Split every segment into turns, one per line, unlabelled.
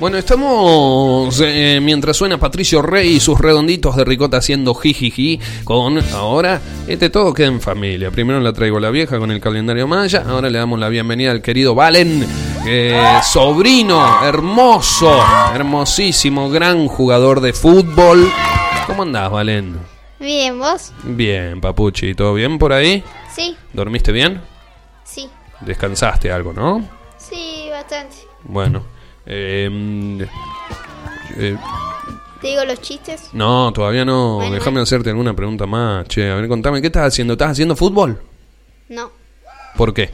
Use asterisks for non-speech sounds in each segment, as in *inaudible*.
Bueno, estamos eh, mientras suena Patricio Rey y sus redonditos de ricota haciendo jijiji con ahora este todo queda en familia. Primero la traigo la vieja con el calendario maya, ahora le damos la bienvenida al querido Valen, eh, sobrino hermoso, hermosísimo, gran jugador de fútbol. ¿Cómo andás, Valen?
Bien, ¿vos?
Bien, papuchi, ¿todo bien por ahí?
Sí,
¿Dormiste bien?
sí,
¿Descansaste algo, no?
sí, bastante.
Bueno. em, eh,
Te digo los chistes.
No, todavía no.
Bueno. eh.
Déjame hacerte alguna pregunta más, che. A ver, contame, ¿qué estás haciendo? ¿Estás haciendo fútbol?
No.
¿Por qué?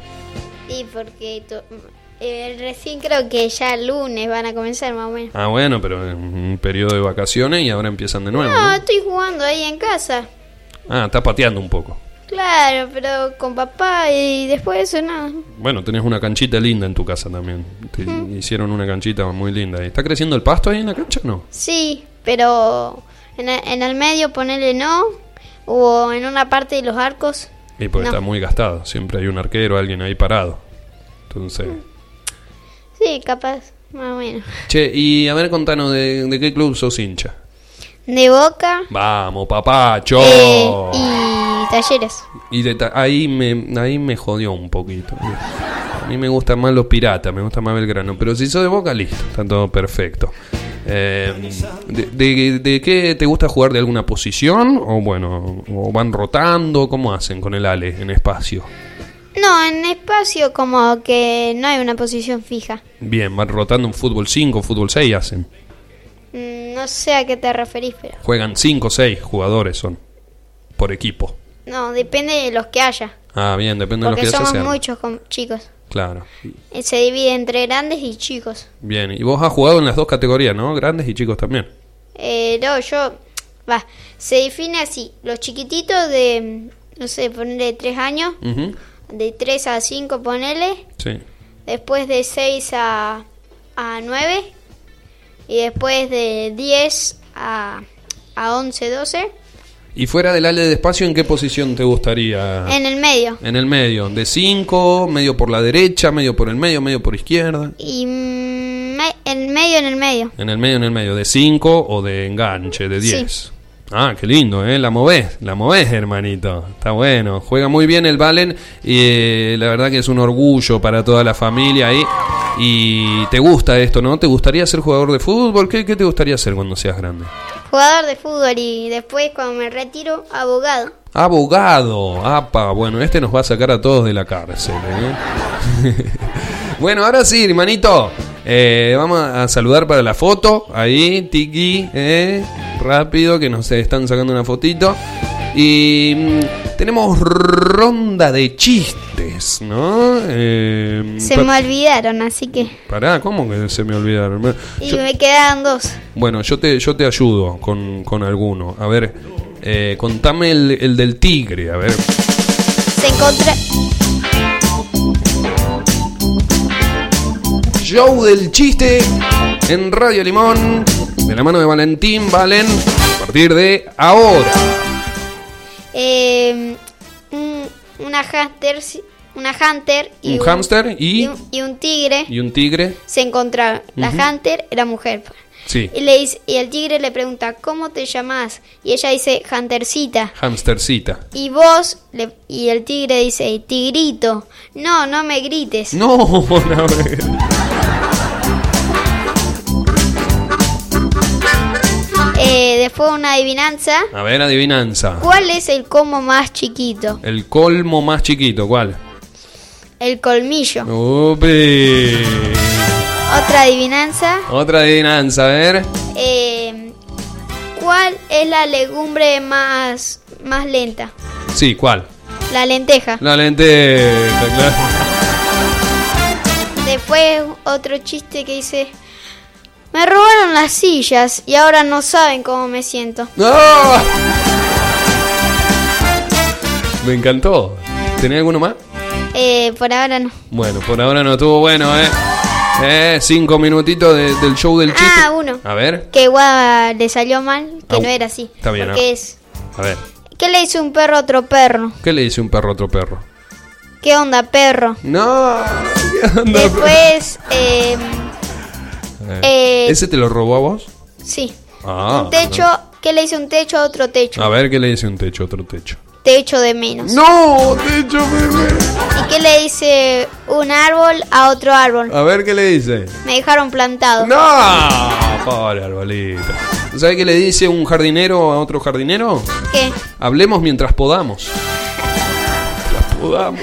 Y porque to- eh, recién creo que ya el lunes van a comenzar más o menos.
Ah, bueno, pero es un periodo de vacaciones y ahora empiezan de nuevo.
No,
¿no?
Ah, estoy jugando ahí en casa.
Ah, estás pateando un poco.
Claro, pero con papá y después de eso no.
Bueno, tenés una canchita linda en tu casa también. Te hicieron una canchita muy linda. ¿Está creciendo el pasto ahí en la cancha o no?
Sí, pero en, el- en el medio ponerle no. O en una parte de los arcos.
Y porque
No.
está muy gastado. Siempre hay un arquero, alguien ahí parado. Entonces.
Sí, capaz, más o menos.
Che, y a ver, contanos de, de qué club sos hincha.
De boca
Vamos, papacho.
eh, y talleres.
Y de ta- ahí me ahí me jodió un poquito. A mí me gustan más los piratas, me gusta más Belgrano. Pero si sos de Boca, listo, está todo perfecto. Eh, de, de- de qué te gusta jugar? ¿De alguna posición? ¿O bueno, o van rotando? ¿Cómo hacen con el Ale en espacio?
No, en espacio como que no hay una posición fija.
Bien, van rotando en fútbol 5, fútbol 6 hacen.
Mm, No sé a qué te referís, pero...
Juegan 5 o 6 jugadores son, por equipo.
No, depende de los que haya.
Ah, bien, depende
Porque
de los que se
somos
hacen.
muchos com- chicos.
Claro.
Eh, Se divide entre grandes y chicos.
Bien, y vos has jugado en las dos categorías, ¿no? Grandes y chicos también.
Eh, no, yo... Va, se define así. Los chiquititos de, no sé, ponerle 3 años.
Ujú,
De 3 a 5, ponele.
Sí.
Después de 6 a, a 9. Y después de 10 a, a 11, 12.
Y fuera del ale de espacio, ¿en qué posición te gustaría?
En el medio.
En el medio, de 5, medio por la derecha, medio por el medio, medio por izquierda.
Y mm, me- en medio, en el medio.
En el medio, en el medio, de 5 o de enganche, de
Sí.
10. Ah, qué lindo, ¿eh? La movés, la movés, hermanito. Está bueno. Juega muy bien el Valen y eh, la verdad que es un orgullo para toda la familia ahí. Y te gusta esto, ¿no? ¿Te gustaría ser jugador de fútbol? ¿Qué, qué te gustaría ser cuando seas grande?
Jugador de fútbol y después cuando me retiro, abogado.
Abogado, apa, bueno, este nos va a sacar a todos de la cárcel. ¿eh? *laughs* bueno, ahora sí, hermanito, eh, vamos a saludar para la foto. Ahí, Tiki, ¿eh? rápido, que nos están sacando una fotito. Y mm, tenemos ronda de chistes, ¿no? Eh,
Se
pa-
me olvidaron, así que...
Pará, ¿cómo que se me olvidaron?
Y
Yo-
me quedaron dos.
bueno, yo te, yo te ayudo con, con alguno. A ver, eh, contame el, el del tigre, a ver.
Se encontra...
Show del chiste en Radio Limón, de la mano de Valentín Valen, a partir de ahora.
eh, un- una hamster... si- Una hunter y
Un hámster y-
y un, y un tigre
¿Y un tigre?
se encontraron. La hunter era mujer.
Sí,
Y, le dice- y el tigre le pregunta, ¿cómo te llamas? Y ella dice, huntercita.
hamstercita.
Y vos, le- y el tigre dice, tigrito, no, no me grites.
No, *laughs* no,
Eh, después una adivinanza.
A ver, adivinanza.
¿Cuál es el como más chiquito?
El colmo más chiquito, ¿cuál?
El colmillo.
Upi.
Otra adivinanza.
Otra adivinanza, a ver.
eh, ¿Cuál es la legumbre más, más lenta?
Sí, ¿cuál?
La lenteja.
La lenteja, claro.
Después otro chiste que dice, me robaron las sillas y ahora no saben cómo me siento.
¡No! Me encantó. ¿Tenés alguno más?
Eh, por ahora no.
Bueno, por ahora no estuvo bueno, ¿eh? Eh, cinco minutitos de- del show del chiste.
Ah, uno.
A ver,
Que igual le salió mal, que
Au.
no era así.
Está bien,
Porque
ah.
es,
a ver.
¿qué le hizo un perro a otro perro?
¿Qué le dice un perro a otro perro?
¿Qué *laughs* onda, perro?
No, ¿qué onda?
Después, eh,
Eh,
Eh,
¿Ese te lo robó a vos?
Sí.
Ah,
un techo, ¿qué le hice un techo a otro techo?
A ver qué le dice un techo, otro techo.
Techo de menos.
¡No! ¡Techo, bebé!
¿Y qué le dice un árbol a otro árbol?
A ver qué le dice.
Me dejaron plantado.
Ah. ¡No! Pobre arbolito. ¿Sabes qué le dice un jardinero a otro jardinero?
¿Qué?
Hablemos mientras podamos. Mientras podamos.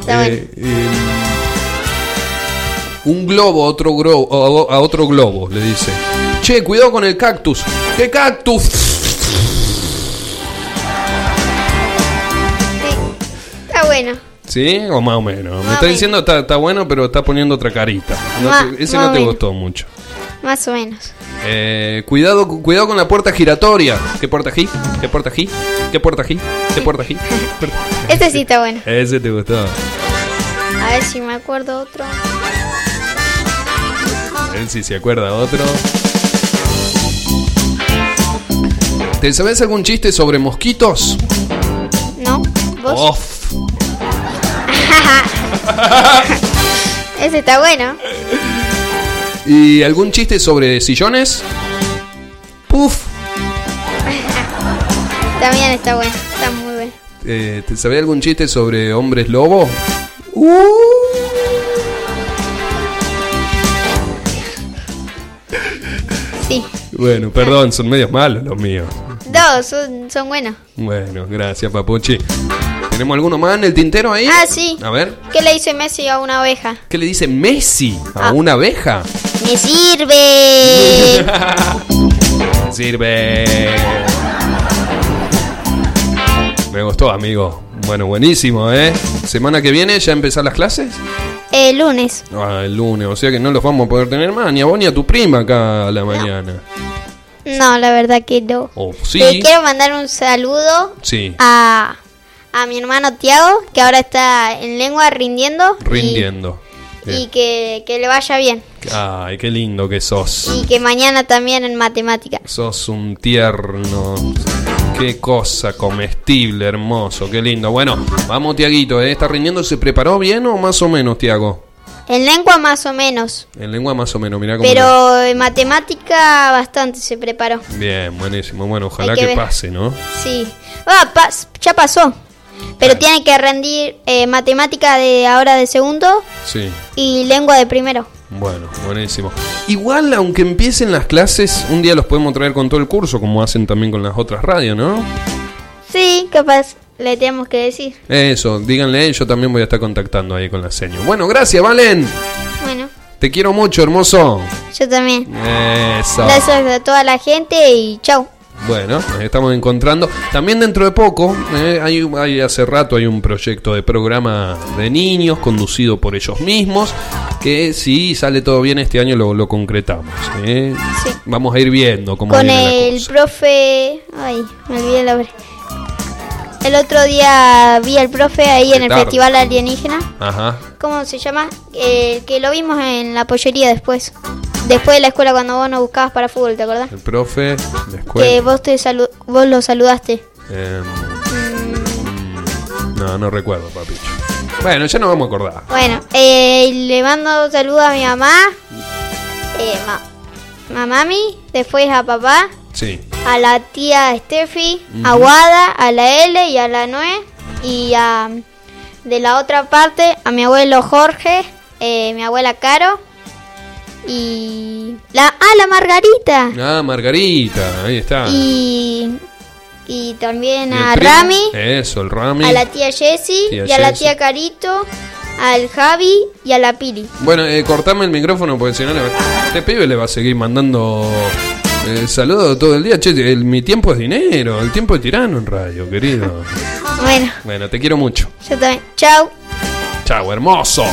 Está
Eh, eh, un globo a otro globo, a otro globo, le dice. Che, cuidado con el cactus. ¿Qué cactus?
bueno. Sí. Está bueno.
¿Sí? O más o menos. Me
Más o
está
menos.
diciendo, está, está bueno, pero está poniendo otra carita. No
Ma-
te- ese
más
no
o
te
menos.
gustó mucho.
Más o menos.
Eh, cuidado, cuidado con la puerta giratoria. ¿Qué puerta G? ¿Qué puerta G? ¿Qué puerta G? ¿Qué puerta
*laughs*
G?
Este sí está bueno.
Ese te gustó.
A ver si me acuerdo otro.
Él si se acuerda otro. ¿Te sabes algún chiste sobre mosquitos?
¿No? ¿Vos?
Off.
Ese está bueno.
¿Y algún chiste sobre sillones? Puf.
También está bueno. Está muy bueno.
Eh, ¿Te sabés algún chiste sobre hombres lobo? Uh.
Sí.
Bueno, perdón, son medios malos los míos.
Dos, son, son buenos.
Bueno, gracias, Papuchi. ¿Tenemos alguno más en el tintero ahí?
Ah, sí.
A ver,
¿Qué le dice Messi a una oveja?
¿qué le dice Messi a
Ah. Eh.
una abeja?
¡Me sirve!
*laughs* Sirve. Me gustó, amigo. Bueno, buenísimo, ¿eh? ¿Semana que viene ya empezar las clases?
*laughs* El lunes.
Ah, el lunes, o sea que no los vamos a poder tener más, ni a vos ni a tu prima acá a la mañana.
No, la verdad que no.
Oh, sí.
Le quiero mandar un saludo
Sí,
a, a mi hermano Tiago, que ahora está en lengua rindiendo. y-
rindiendo.
Y,
Bien.
que, que le vaya bien.
Ay, qué lindo que sos.
Y que mañana también en matemáticas.
Sos un tierno. Qué cosa comestible, hermoso, qué lindo. Bueno, vamos, Tiaguito, ¿eh? ¿Está rindiendo? ¿Se preparó bien o más o menos, Tiago?
En lengua más o menos.
En lengua más o menos, mirá cómo...
Pero en matemática bastante se preparó.
Bien, buenísimo. Bueno, ojalá
Hay que
que,
ver.
pase, ¿no?
Sí. Ah, pas- ya pasó. Pero tiene que rendir eh, matemática de ahora de segundo
Sí.
y lengua de primero.
Bueno, buenísimo. Igual, aunque empiecen las clases, un día los podemos traer con todo el curso, como hacen también con las otras radios, ¿no?
Sí, capaz le tenemos que decir.
Eso, díganle, yo también voy a estar contactando ahí con la seño. Bueno, gracias, Valen.
Bueno,
Te quiero mucho, hermoso.
yo también.
Eso.
Gracias a toda la gente y chau.
Bueno, nos estamos encontrando. También dentro de poco, eh, hay, un- hay- hace rato hay un proyecto de programa de niños conducido por ellos mismos, que si sale todo bien este año lo, lo concretamos. eh.
Sí.
Vamos a ir viendo cómo
Con
viene la
el
cosa.
profe... Ay, me olvidé el nombre. El otro día vi al profe ahí en el
Petardo.
Festival Alienígena.
Ajá.
¿Cómo se llama? El que lo vimos en la pollería después. Después de la escuela cuando vos nos buscabas para fútbol, ¿te acordás?
El profe, la
Que
escuela.
vos, te salu- vos lo saludaste.
Em,
Mm.
no, no recuerdo, papicho. Bueno, ya nos vamos a acordar.
Bueno, eh, le mando un saludo a mi mamá, eh, ma- mamami, después a papá,
Sí.
a la tía Steffi, a Wada, a la L y a la Noé. Y a, de la otra parte, a mi abuelo Jorge, eh, mi abuela Caro y... La, ah, la Margarita.
Ah, Margarita, ahí está.
Y, y también
Ah. ¿Y el
a
primo?
Rami,
Eso, el Rami.
a la tía Jessie y
Tía
a la
Jessy.
tía Carito, al Javi y a la Pili.
Bueno, eh, cortame el micrófono porque si no, le va- este pibe le va a seguir mandando eh, saludos todo el día. Che, el- mi tiempo es dinero, el tiempo es tirano en radio, querido.
Bueno,
Bueno, te quiero mucho.
yo también. Chau.
Chao, hermoso.